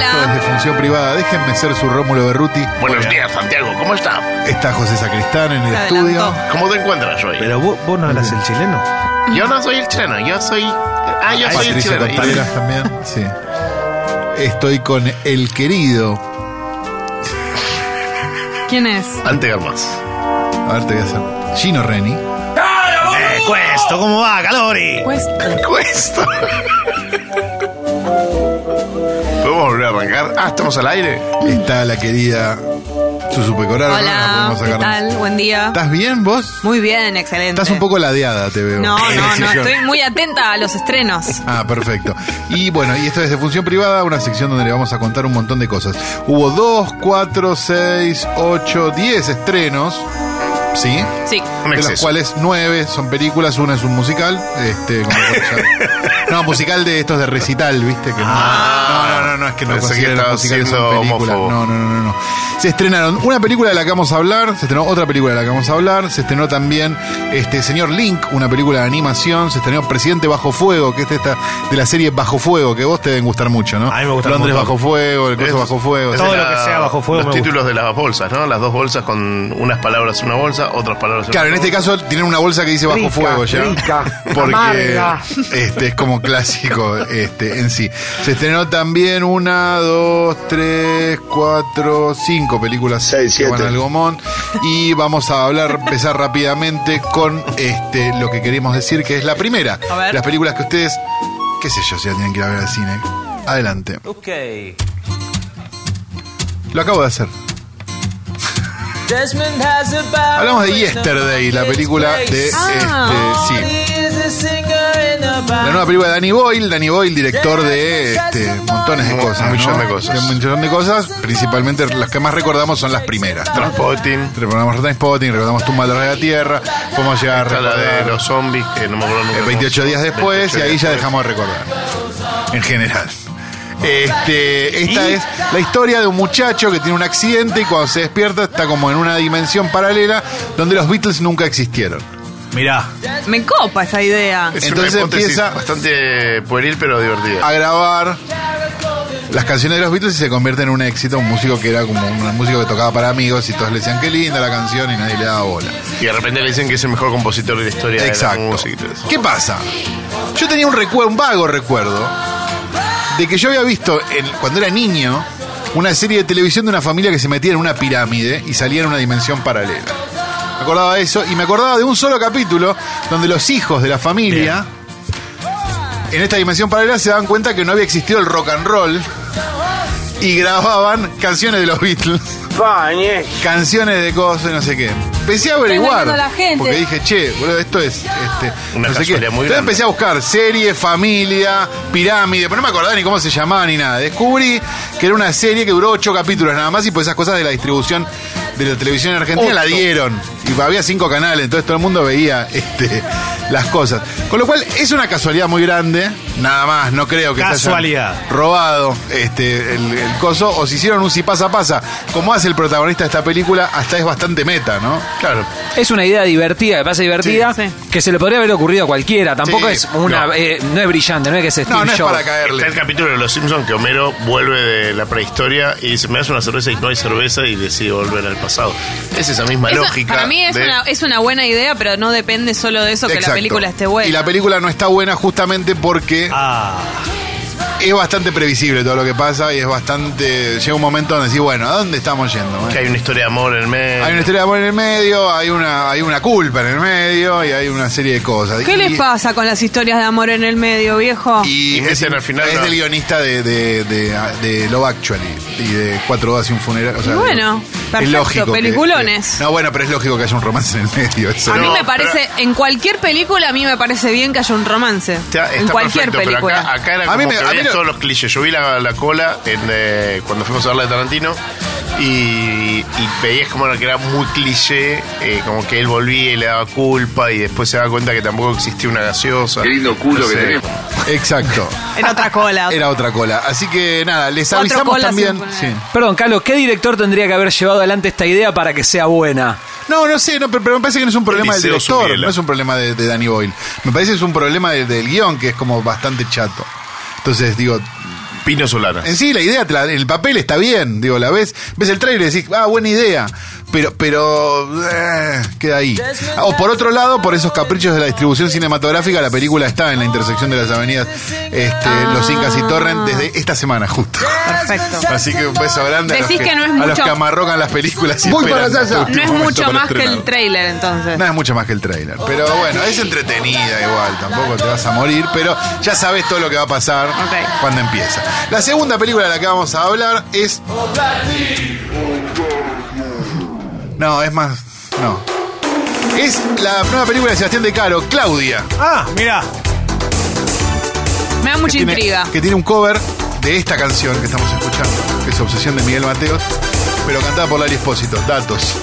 Atención privada, déjenme ser su Rómulo Berruti. Buenos días, Santiago. ¿Cómo está? Está José Sacristán en el Se estudio. adelantó. ¿Cómo te encuentras hoy? Pero vos, vos no hablas el chileno. Yo no soy el chileno, yo soy. Ah, yo soy el Patricia chileno. Contreras también. Sí. Estoy con el querido. ¿Quién es? Ante Garmas. A ver, te voy a hacer. Gino Reni. Eh, Cuesto, ¿cómo va, Calori? Pues Cuesta. ¿Podemos volver a arrancar? Ah, estamos al aire. Está la querida Susupe Coraro. hola, No la Ah, podemos ¿qué sacar más. tal? Buen día. ¿Estás bien vos? Muy bien, excelente. Estás un poco ladeada, te veo. Eh, No, en la no, no, sesión. estoy muy atenta a los estrenos. Ah, perfecto. Y bueno, y esto es de Función Privada, una sección donde le vamos a contar un montón de cosas. Hubo 2, 4, 6, 8, 10 estrenos, ¿sí? Sí. Un de las exceso. cuales 9 son películas, una es un musical, este, como ya- No, musical de estos de recital, ¿viste? Que no, Ah. no, no, no, no, es que no Pensé que consideran estaba musicales siendo son películas. homófobo. No, no, no, no, no. Se estrenaron una película de la que vamos a hablar, se estrenó otra película de la que vamos a hablar, se estrenó también este Señor Link, una película de animación, se estrenó Presidente Bajo Fuego, que es esta de la serie Bajo Fuego, que vos te deben gustar mucho, ¿no? A mí me gusta Londres un montón. Bajo Fuego, el coso Esto- Bajo Fuego. es Todo de lo que sea bajo fuego Los me títulos de las bolsas, ¿no? Las dos bolsas con unas palabras en una bolsa, otras palabras en Claro, en otra este caso tienen una bolsa que dice bajo Rica, fuego ya. rica, porque amarga. este es como clásico este en sí. Se estrenó también una, dos, tres, cuatro, cinco películas Seis, que van siete. al Gomón. Y vamos a hablar, empezar rápidamente con este lo que queremos decir, que es la primera. A ver. Las películas que ustedes, qué sé yo, si la tienen que ir a ver al cine. Adelante. Ok. Lo acabo de hacer. Hablamos Ah, Hablamos de Yesterday, la película de Ah. este, sí. La nueva película de Danny Boyle, Danny Boyle, director de este, montones de cosas. Un millón ¿no? de cosas. Un millón de cosas, principalmente las que más recordamos son las primeras. Tra- Transporting. Recordamos Spotting, recordamos Tumba de la Tierra, cómo llegar a Está la de recordar, los zombies, que no me acuerdo nunca. eh, 28 cómo se días llama. después, 28 y ahí días ya dejamos después. de recordar. En general. Este, esta es la historia de un muchacho que tiene un accidente y cuando se despierta está como en una dimensión paralela donde los Beatles nunca existieron. Mirá, Me copa esa idea. Es Entonces una hipótesis empieza- Bastante pueril, pero divertida. a grabar las canciones de los Beatles y se convierte en un éxito. Un músico que era como un músico que tocaba para amigos y todos le decían qué linda la canción y nadie le daba bola. Y de repente le dicen que es el mejor compositor de la historia de la Exacto. música. y todo eso. ¿Qué pasa? Yo tenía un recuerdo, un vago recuerdo, de que yo había visto en- cuando era niño una serie de televisión de una familia que se metía en una pirámide y salía en una dimensión paralela. Me acordaba de eso y me acordaba de un solo capítulo donde los hijos de la familia en esta dimensión paralela se daban cuenta que no había existido el rock and roll y grababan canciones de los Beatles canciones de cosas, no sé qué. Empecé a averiguar. engañando a la gente. Porque dije, che, boludo, esto es. Este, Una no sé qué. casualidad muy Entonces grande. empecé a buscar serie, familia, pirámide, pero no me acordaba ni cómo se llamaba ni nada. Descubrí que era una serie que duró ocho capítulos nada más y pues esas cosas de la distribución de la televisión argentina la dieron. Y había cinco canales, entonces todo el mundo veía este, las cosas. Con lo cual es una casualidad muy grande, nada más, no creo que se hayan Casualidad. robado este, el, el coso o si hicieron un si pasa pasa. Como hace el protagonista de esta película, hasta es bastante meta, ¿no? Claro. Es una idea divertida, me parece divertida, Sí, que se le podría haber ocurrido a cualquiera. Tampoco Sí, es no. una, no. no es brillante, no es que es Steve No, no es Jobs. para caerle. Está el capítulo de Los Simpsons que Homero vuelve de la prehistoria y dice, me das una cerveza y no hay cerveza y decide volver al pasado. Es esa misma Eso- lógica. para mí es, de- una, es una buena idea, pero no depende solo de eso que Exacto. la película esté buena. Y la película no está buena justamente porque ah, es bastante previsible todo lo que pasa y es bastante. Llega un momento donde decís, bueno, ¿a dónde estamos yendo? man? Que hay una historia de amor en el medio. Hay una historia de amor en el medio, hay una, hay una culpa en el medio y hay una serie de cosas. ¿Qué Y- les pasa con las historias de amor en el medio, viejo? Y Y es, meten al final, es ¿no? del guionista de, de, de, de Love Actually y de Cuatro Horas y un Funeral. o sea, Y bueno, es perfecto, lógico que- peliculones. que- no, bueno, pero es lógico que haya un romance en el medio. eso a mí no. me parece, en cualquier película, a mí me parece bien que haya un romance. Está, está en cualquier perfecto, película. Pero acá, acá era A como mí me- que a mí veías lo- todos los clichés. Yo vi la, la cola en, eh, cuando fuimos a ver la de Tarantino y, y veías como que era muy cliché, eh, como que él volvía y le daba culpa y después se daba cuenta que tampoco existía una gaseosa. Qué lindo culo que tenemos. Ah. Exacto. En otra cola. Era otra cola. Así que nada, les Cuatro avisamos colas y un también. funeral. sí. Perdón, Carlos, ¿qué director tendría que haber llevado adelante esta idea para que sea buena? No, no sé, no, pero, pero me parece que no es un problema del Eliseo director, Subiela. no es un problema de, de Danny Boyle. Me parece que es un problema de- del guión, que es como bastante chato. Entonces, digo, Pino Solana. En sí, la idea, te la- el papel está bien, digo, la ves, ves el trailer y decís, ah, buena idea, pero, pero eh, queda ahí. O por otro lado, por esos caprichos de la distribución cinematográfica, la película está en la intersección de las avenidas este, Los Incas y Torrent desde esta semana justo. Perfecto. Así que un beso grande a Decís los que, que no es a mucho. los que amarrocan las películas. y Voy esperan para allá ya. hasta el No último es momento mucho para más que el estrenarlo. trailer entonces. No es mucho más que el trailer. Pero bueno, es entretenida igual, tampoco te vas a morir, pero ya sabes todo lo que va a pasar Ok. cuando empieza. La segunda película de la que vamos a hablar es. No, es más. No. Es la nueva película de Sebastián De Caro, Claudia. Ah, mira. Me da mucha tiene- intriga. que tiene un cover de esta canción que estamos escuchando, que es Obsesión de Miguel Mateos, pero cantada por Lali Espósito. Datos.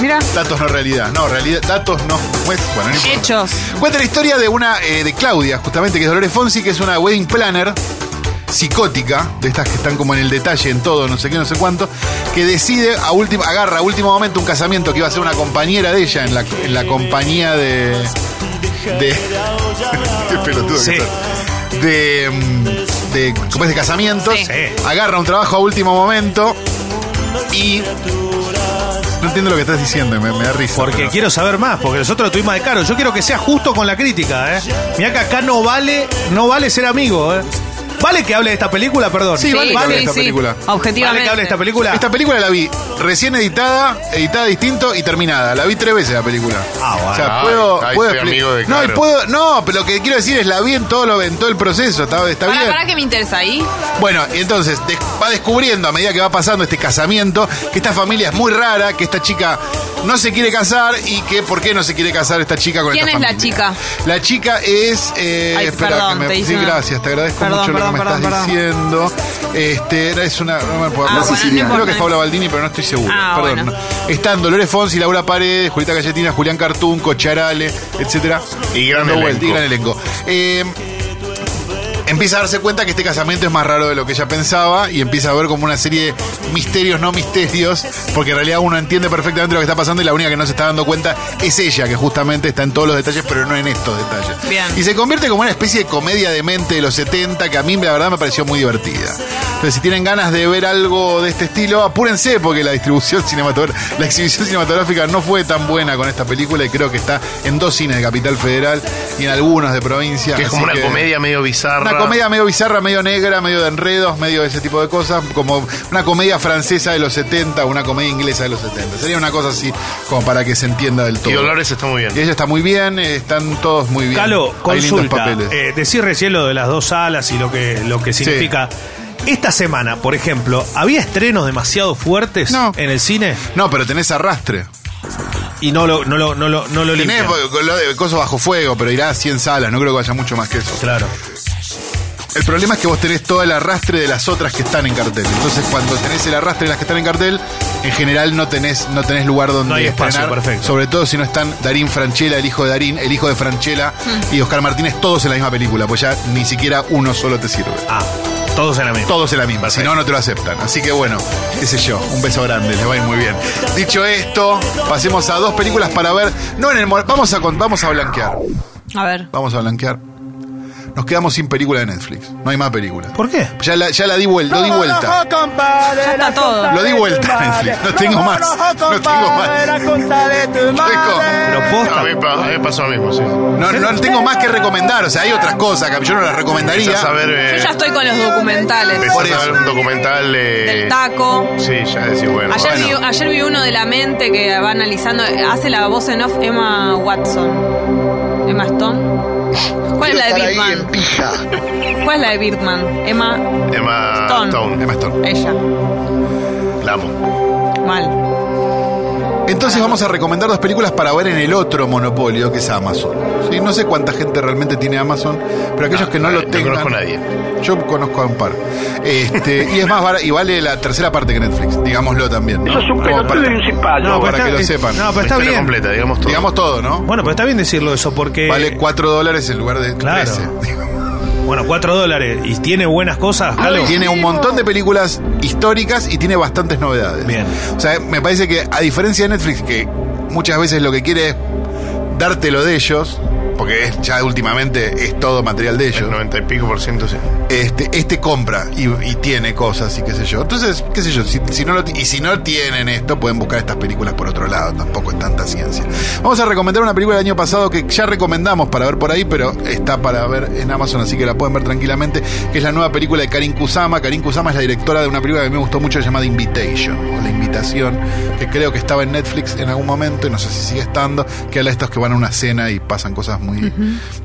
Mira. Datos no realidad. No, realidad. Datos no. pues, bueno, no importa. Hechos. Cuenta la historia de una eh, de Claudia, justamente, que es Dolores Fonsi, que es una wedding planner psicótica, de estas que están como en el detalle, en todo, no sé qué, no sé cuánto, que decide, a última, agarra a último momento un casamiento que iba a ser una compañera de ella en la, en la compañía de. de. qué pelotudo que Sí. soy. de. mm, de ¿Cómo es? De casamientos. Sí. Sí. Agarra un trabajo a último momento y. No entiendo lo que estás diciendo, me, me da risa. Porque pero- quiero saber más, porque nosotros lo tuvimos de caro. Yo quiero que sea justo con la crítica, ¿eh? Mirá que acá no vale, no vale ser amigo, ¿eh? ¿Vale que hable de esta película? Perdón. Sí, vale que hable de esta película. ¿Vale Objetivamente. que hable de esta película? Esta película la vi recién editada, editada distinto y terminada. La vi tres veces la película. Ah, bueno. O sea, Ay, puedo. ay, puedo soy expli- amigo de no, y Caro. puedo- no, pero lo que quiero decir es la vi en todo, lo, en todo el proceso. Está, está Pará, bien. pará que me interesa ahí. Bueno, y entonces des- va descubriendo a medida que va pasando este casamiento que esta familia es muy rara, que esta chica no se quiere casar y que por qué no se quiere casar esta chica con ¿Quién esta es la familia. chica? La chica es. eh, Ay, espera, perdón, que me- te hice sí, una- gracias, te agradezco Perdón, mucho lo que perdón, me estás diciendo. Este, es una. No me puedo Ah, acordar. bueno, no importa. Creo que es Paula Baldini, pero no estoy seguro. Ah, perdón. bueno. Están Dolores Fonsi, Laura Paredes, Julieta Galletina, Julián Cartún, Cocharale, etcétera. Y gran Dando vuelta, elenco. y gran elenco. Eh, empieza a darse cuenta que este casamiento es más raro de lo que ella pensaba y empieza a ver como una serie de misterios, no misterios, porque en realidad uno entiende perfectamente lo que está pasando y la única que no se está dando cuenta es ella, que justamente está en todos los detalles, pero no en estos detalles. Bien. Y se convierte como una especie de comedia de mente de los 70 que a mí la verdad me pareció muy divertida. Entonces, si tienen ganas de ver algo de este estilo, apúrense porque la distribución cinematográfica, la exhibición cinematográfica no fue tan buena con esta película y creo que está en dos cines de Capital Federal y en algunos de provincia. Que es así como una que- comedia medio bizarra. una comedia medio bizarra, medio negra, medio de enredos, medio de ese tipo de cosas, como una comedia francesa de los 70, una comedia inglesa de los 70. Sería una cosa así como para que se entienda del todo. Y Dolores está muy Y bien. ella está muy bien, eh, están todos muy bien. Calo, Hay lindos consulta. papeles. Eh, decir recién lo de las dos salas y lo que, lo que significa. Esta semana, por ejemplo, ¿había estrenos demasiado fuertes No. en el cine? No, pero tenés arrastre. Y no lo, no lo, no lo, no lo Tenés limpian. eh, lo de cosas bajo fuego, pero irá a 100 salas, no creo que vaya mucho más que eso. Claro. El problema es que vos tenés todo el arrastre de las otras que están en cartel. Entonces, cuando tenés el arrastre de las que están en cartel, en general no tenés, no tenés lugar donde No hay espacio, estrenar. perfecto. Sobre todo si no están Darín Franchella, el hijo de Darín, el hijo de Franchella y Oscar Martínez, todos en la misma película, pues ya ni siquiera uno solo te sirve. Ah, todos en la misma. Todos en la misma, si Perfecto. no, no te lo aceptan. Así que bueno, qué sé yo, un beso grande, les va a ir muy bien. Dicho esto, pasemos a dos películas para ver. No en el mo- vamos a con- vamos a blanquear. A ver. Vamos a blanquear. Nos quedamos sin película de Netflix. No hay más película. ¿Por qué? Ya la, ya la di vuelta, lo di vuelta. Ya está todo. Lo di vuelta, Netflix. No tengo más. No tengo más. Pero A posta. mí, pa- a mí pasó lo mismo, sí. No, no tengo más que recomendar. O sea, hay otras cosas que yo no las recomendaría. Empezás a ver, eh, Yo ya estoy con los documentales. empezás Por a ver eso. un documental. eh, Del taco. Sí, ya decís, bueno. Ayer, bueno. vi, ayer vi uno de la mente que va analizando, hace la voz en off Emma Watson. Emma Stone. ¿Cuál es la de Birdman? ¿Cuál es la de Birdman? Emma Emma Stone. Stone. Emma Stone. Ella. La amo. Mal. Entonces vamos a recomendar dos películas para ver en el otro monopolio que es Amazon. ¿Sí? No sé cuánta gente realmente tiene Amazon, pero aquellos No, que no no, lo Ah, eh, no tengan. conozco a nadie. Yo conozco a un par. Este, y es más, bar- y vale la tercera parte que Netflix, digámoslo también. ¿no? Sos un Como para- pelotudo y un cipayo. No, pero para que lo eh, sepan. No, pero está Historia bien. completa, digamos todo. Digamos todo, ¿no? Bueno, pero está bien decirlo eso porque. Vale 4 dólares en lugar de Eh, Claro. 13. Bueno, 4 dólares. Y tiene buenas cosas, Calo. Tiene un montón de películas históricas y tiene bastantes novedades. Bien. O sea, me parece que a diferencia de Netflix, que muchas veces lo que quiere es dártelo de ellos, porque es- ya últimamente es todo material de ellos. El 90 y pico por ciento, sí. Este, este compra y, y tiene cosas y qué sé yo. Entonces, qué sé yo, si, si no lo ti- y si no tienen esto, pueden buscar estas películas por otro lado, tampoco es tanta ciencia. Vamos a recomendar una película del año pasado que ya recomendamos para ver por ahí, pero está para ver en Amazon, así que la pueden ver tranquilamente, que es la nueva película de Karin Kusama. Karin Kusama es la directora de una película que me gustó mucho llamada Invitation, o La Invitación, que creo que estaba en Netflix en algún momento y no sé si sigue estando, que habla de estos que van a una cena y pasan cosas muy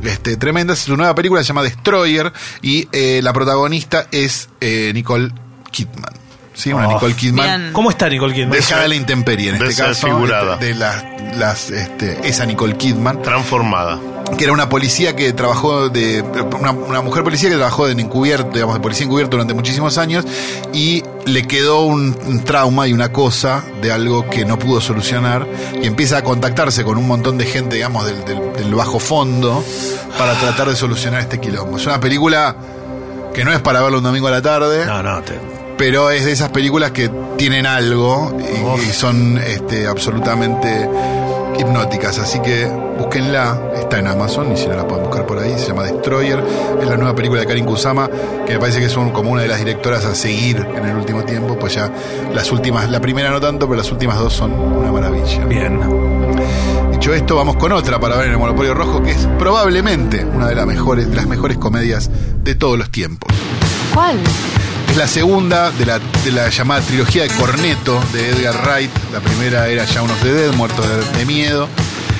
este, tremendas. Su nueva película se llama Destroyer y eh, la protagonista es eh, Nicole Kidman. Sí, una Oh. Nicole Kidman. Bien. ¿Cómo está Nicole Kidman? Dejada a la intemperie en este caso. Desfigurada. este, de las, las, este, esa Nicole Kidman Transformada. que era una policía que trabajó de. Una, una mujer policía que trabajó en encubierto, digamos, de policía encubierto durante muchísimos años y le quedó un, un trauma y una cosa de algo que no pudo solucionar y empieza a contactarse con un montón de gente, digamos, del, del- del bajo fondo para tratar de solucionar este quilombo. Es una película que no es para verla un domingo a la tarde No, no, te- pero es de esas películas que tienen algo y, y son este, absolutamente hipnóticas. Así que búsquenla, está en Amazon y si no la pueden buscar por ahí, se llama Destroyer. Es la nueva película de Karin Kusama, que me parece que son como una de las directoras a seguir en el último tiempo, pues ya las últimas, la primera no tanto, pero las últimas dos son una maravilla. Bien. Dicho esto, vamos con otra para ver en el Monopolio Rojo, que es probablemente una de las mejores, de las mejores comedias de todos los tiempos. ¿Cuál? Es la segunda de la, de la llamada trilogía de Corneto de Edgar Wright. La primera era Shaun of the Dead, Muertos de, de Miedo.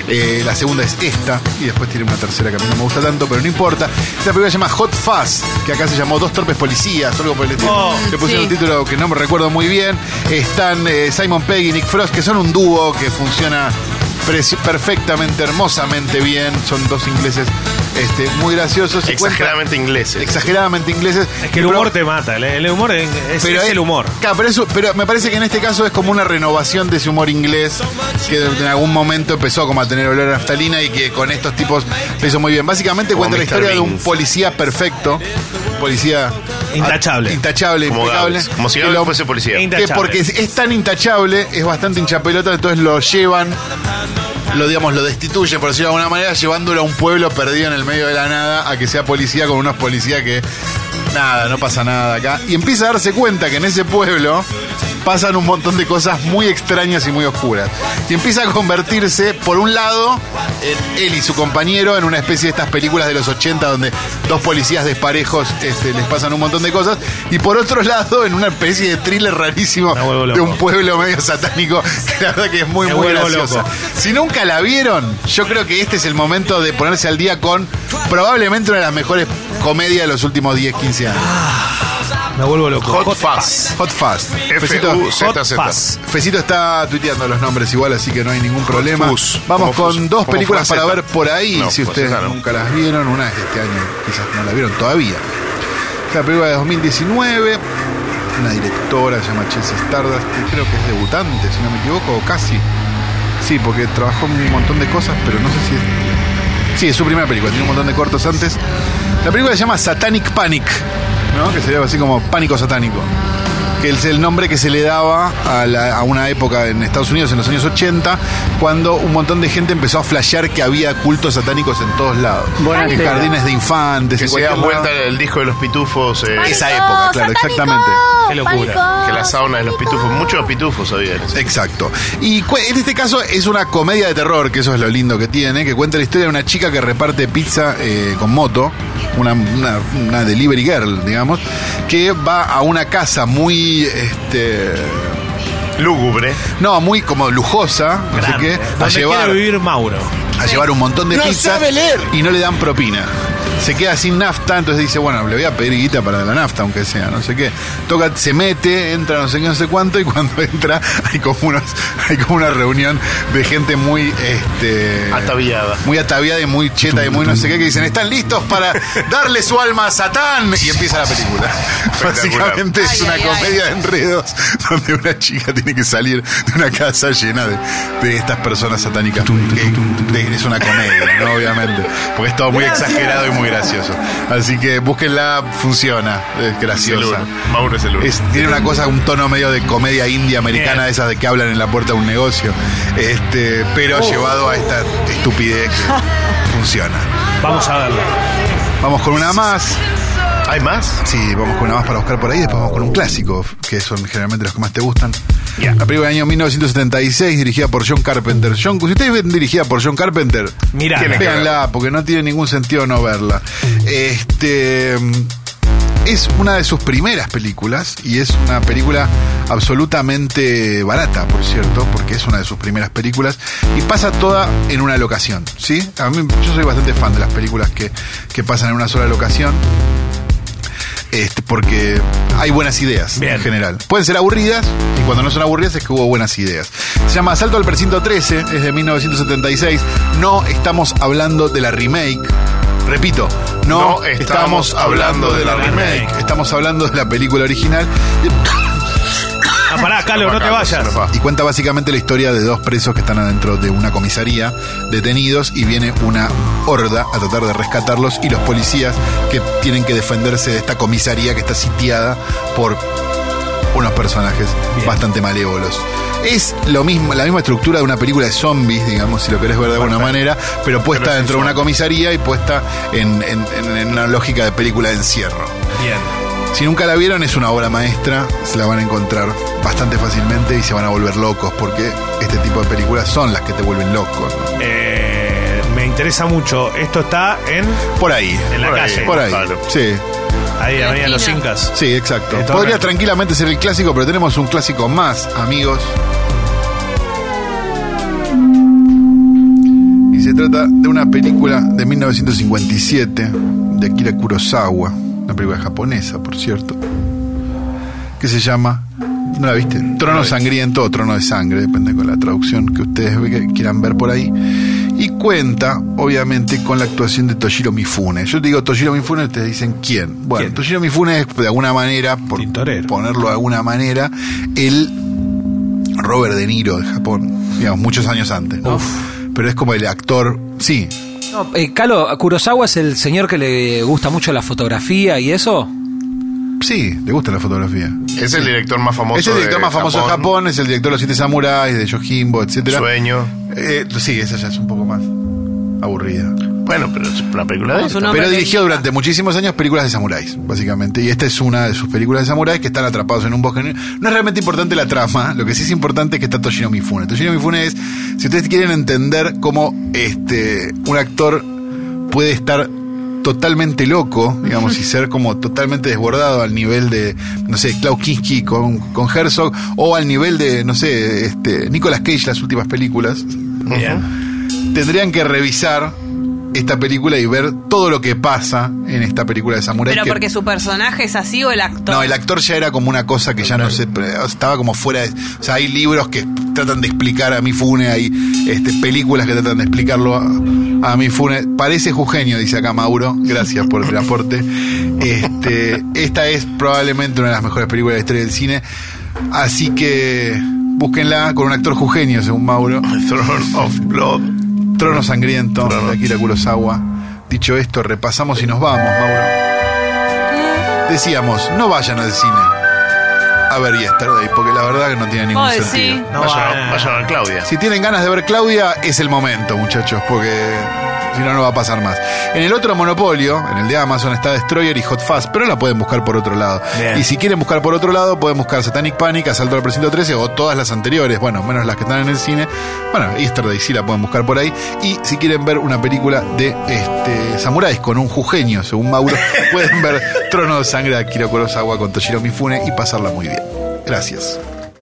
Eh, la segunda es esta. Y después tiene una tercera que a mí no me gusta tanto, pero no importa. Esta película se llama Hot Fuzz, que acá se llamó Dos Torpes Policías, o algo por el estilo. Oh, Le pusieron sí. un título que no me recuerdo muy bien. Están eh, Simon Pegg y Nick Frost, que son un dúo que funciona preci- perfectamente, hermosamente bien. Son dos ingleses este, muy graciosos. y cuentan- Exageradamente ingleses. Exageradamente ingleses. Es que el humor Pero- te mata. El, el humor es, es- es el humor. Claro, pero, eso- pero me parece que en este caso es como una renovación de ese humor inglés que de- en algún momento empezó como a tener olor a naftalina y que con estos tipos lo hizo muy bien. Básicamente Como cuenta la Mr. historia de un Beans. policía perfecto, policía Intachable. intachable, Como impecable. Gables. Como si que Gables lo- fuese policía. Inda- que porque es, es tan intachable, es bastante hinchapelota, entonces lo llevan, lo digamos, lo destituyen, por decirlo de alguna manera, llevándolo a un pueblo perdido en el medio de la nada a que sea policía con unos policías que nada, no pasa nada acá. Y empieza a darse cuenta que en ese pueblo pasan un montón de cosas muy extrañas y muy oscuras. Y empieza a convertirse, por un lado, en él y su compañero en una especie de estas películas de los 80 donde dos policías desparejos este, les pasan un montón de cosas. Y por otro lado, en una especie de thriller rarísimo Me vuelvo de un loco. pueblo medio satánico, que la verdad que es muy, Me muy vuelvo graciosa. loco. Si nunca la vieron, yo creo que este es el momento de ponerse al día con probablemente una de las mejores comedias de los últimos 10, 15 años. Me vuelvo loco. Hot Fuzz. Fuzz. Hot Fast. Fecito, Hot F-U-Z-Z. Fuzz. Fecito está tuiteando los nombres igual, así que no hay ningún problema. Fuzz. Vamos Como con Fuzz. dos Como películas para Fuzz. ver por ahí, No, si Fuzz, ustedes claro. nunca las vieron. Una es de este año, quizás no la vieron todavía. Esta película de 2019, una directora se llama Chelsea Stardust, que creo que es debutante, si no me equivoco, o casi. Sí, porque trabajó en un montón de cosas, pero no sé si es Sí, es su primera película, tiene un montón de cortos antes. La película se llama Satanic Panic, ¿no? Que sería algo así como Pánico Satánico. Que es el nombre que se le daba a, la- a una época en Estados Unidos, en los años 80, cuando un montón de gente empezó a flashear que había cultos satánicos en todos lados. Buena en idea. jardines de infantes, Que en se da cualquier vuelta lado. el disco de los pitufos. eh, Esa época, claro, exactamente. Oh, Qué locura. que la sauna de los pitufos. Muchos pitufos había. en ese. Exacto. Y cu- en este caso es una comedia de terror, que eso es lo lindo que tiene, que cuenta la historia de una chica que reparte pizza eh, con moto, una, una- una delivery girl, digamos, que va a una casa muy, este, Lúgubre. no, muy como lujosa, no sé Grande. qué, a Donde llevar quiere vivir Mauro. a llevar un montón de pizzas y no le dan propina. Se queda sin nafta, entonces dice, bueno, le voy a pedir guita para la nafta, aunque sea, no sé qué. Toca, se mete, entra no sé qué, no sé cuánto, y cuando entra hay como unos, hay como una reunión de gente muy este Ataviada. muy ataviada y muy cheta y muy no sé qué, que dicen, están listos para darle su alma a Satán. Y empieza la película. Espectacular. Básicamente es Ay, una ay, comedia de enredos donde una chica tiene que salir de una casa llena de, de estas personas satánicas. Que- de- es una comedia, ¿no? Obviamente. Porque es todo muy exagerado y muy gracioso. Así que búsquenla, funciona. Es El graciosa. uno. Mauro es el uno. Es- tiene una cosa, un tono medio de comedia india americana, Bien. de esas de que hablan en la puerta de un negocio. Este, pero llevado a esta estupidez que funciona. Vamos a verlo. Vamos con una más. ¿Hay más? Sí, vamos con una más para buscar por ahí. Después vamos con un clásico, que son generalmente los que más te gustan. Ya. La película del año 1976, dirigida por John Carpenter. John, si ustedes ven dirigida por John Carpenter, Mirá. Tiene que véanla, porque no tiene ningún sentido no verla. Este. Es una de sus primeras películas y es una película absolutamente barata, por cierto, porque es una de sus primeras películas y pasa toda en una locación, ¿sí? A mí, yo soy bastante fan de las películas que, que pasan en una sola locación este, porque hay buenas ideas Bien. en general. Pueden ser aburridas, y cuando no son aburridas es que hubo buenas ideas. Se llama Asalto al Precinto 13, es de 1976. No estamos hablando de la remake. Repito, no, No estamos, hablando de la remake. Estamos hablando de la película original. Ah, pará, Calo, no te vayas. Y cuenta básicamente la historia de dos presos que están adentro de una comisaría, detenidos, y viene una horda a tratar de rescatarlos y los policías que tienen que defenderse de esta comisaría que está sitiada por unos personajes Bien. bastante malévolos. Es lo mismo, la misma estructura de una película de zombies, digamos, si lo querés ver de alguna manera, pero puesta Pero sin dentro de una zombies. comisaría y puesta en, en- en- en una lógica de película de encierro. Bien. Si nunca la vieron, es una obra maestra, se la van a encontrar bastante fácilmente y se van a volver locos, porque este tipo de películas son las que te vuelven loco. ¿no? Eh, me interesa mucho. Esto está en. Por ahí. En la por calle. Ahí, por ahí. Claro. Sí, Ahí, Avenida Los Esquina. Incas. sí, exacto. Esto Podría ahora- tranquilamente ser el clásico, pero tenemos un clásico más, amigos. Y se trata de una película de 1957 de Akira Kurosawa, una película japonesa, por cierto, que se llama, ¿no la viste? Trono sangriento o trono de sangre, depende con la traducción que ustedes ve- que quieran ver por ahí. Y cuenta, obviamente, con la actuación de Toshiro Mifune. Yo te digo Toshiro Mifune, ustedes dicen quién. Bueno, ¿Quién? Toshiro Mifune es de alguna manera, por Tintorero. ponerlo de alguna manera, el Robert De Niro de Japón, digamos, muchos años antes. ¿no? Pero es como el actor, sí, No, eh, Calo, Kurosawa es el señor que le gusta mucho la fotografía y eso. sí, le gusta la fotografía. Es el director más famoso. es el director de más famoso de Japón, es el director de Los Siete Samuráis, de Yojimbo, etc. Sueño. Eh, sí, esa ya es un poco más aburrida. Bueno, pero es una película de Con su esta. nombre Pero que- dirigió durante muchísimos años películas de samuráis, básicamente. Y esta es una de sus películas de samuráis que están atrapados en un bosque. No es realmente importante la trama, lo que sí es importante es que está Toshiro Mifune. Toshiro Mifune es, si ustedes quieren entender cómo este, un actor puede estar totalmente loco, digamos, y ser como totalmente desbordado al nivel de, no sé, Klaus Kinski con, con Herzog, o al nivel de, no sé, este, Nicolas Cage, las últimas películas Bien. tendrían que revisar esta película y ver todo lo que pasa en esta película de Samurai. Pero porque su personaje es así o el actor. No, el actor ya era como una cosa que ya no se... Estaba como fuera de... O sea, hay libros que tratan de explicar a Mifune, hay este, películas que tratan de explicarlo a, a Mifune. Parece Jugenio, dice acá Mauro. Gracias por el aporte. Este, esta es probablemente una de las mejores películas de la historia del cine. Así que búsquenla con un actor Jugenio, según Mauro. Throne of Blood. Trono Sangriento de Akira Kurosawa. Dicho esto, repasamos y nos vamos, Mauro. Decíamos, no vayan al cine a ver Yesterday, porque la verdad que no tiene ningún Ay, sí. sentido. No, Vayan a- eh, vayan a Claudia. Si tienen ganas de ver Claudia, es el momento, muchachos, porque si no, no va a pasar más. En el otro monopolio, en el de Amazon, está Destroyer y Hot Fuzz, pero la pueden buscar por otro lado. Bien. Y si quieren buscar por otro lado, pueden buscar Satanic Panic, Asalto al Precinto 13 o todas las anteriores, bueno, menos las que están en el cine. Bueno, Yesterday sí la pueden buscar por ahí. Y si quieren ver una película de este, samuráis con un jujeño, según Mauro, pueden ver Trono de Sangre de Akira Kurosawa con Toshiro Mifune y pasarla muy bien. Gracias.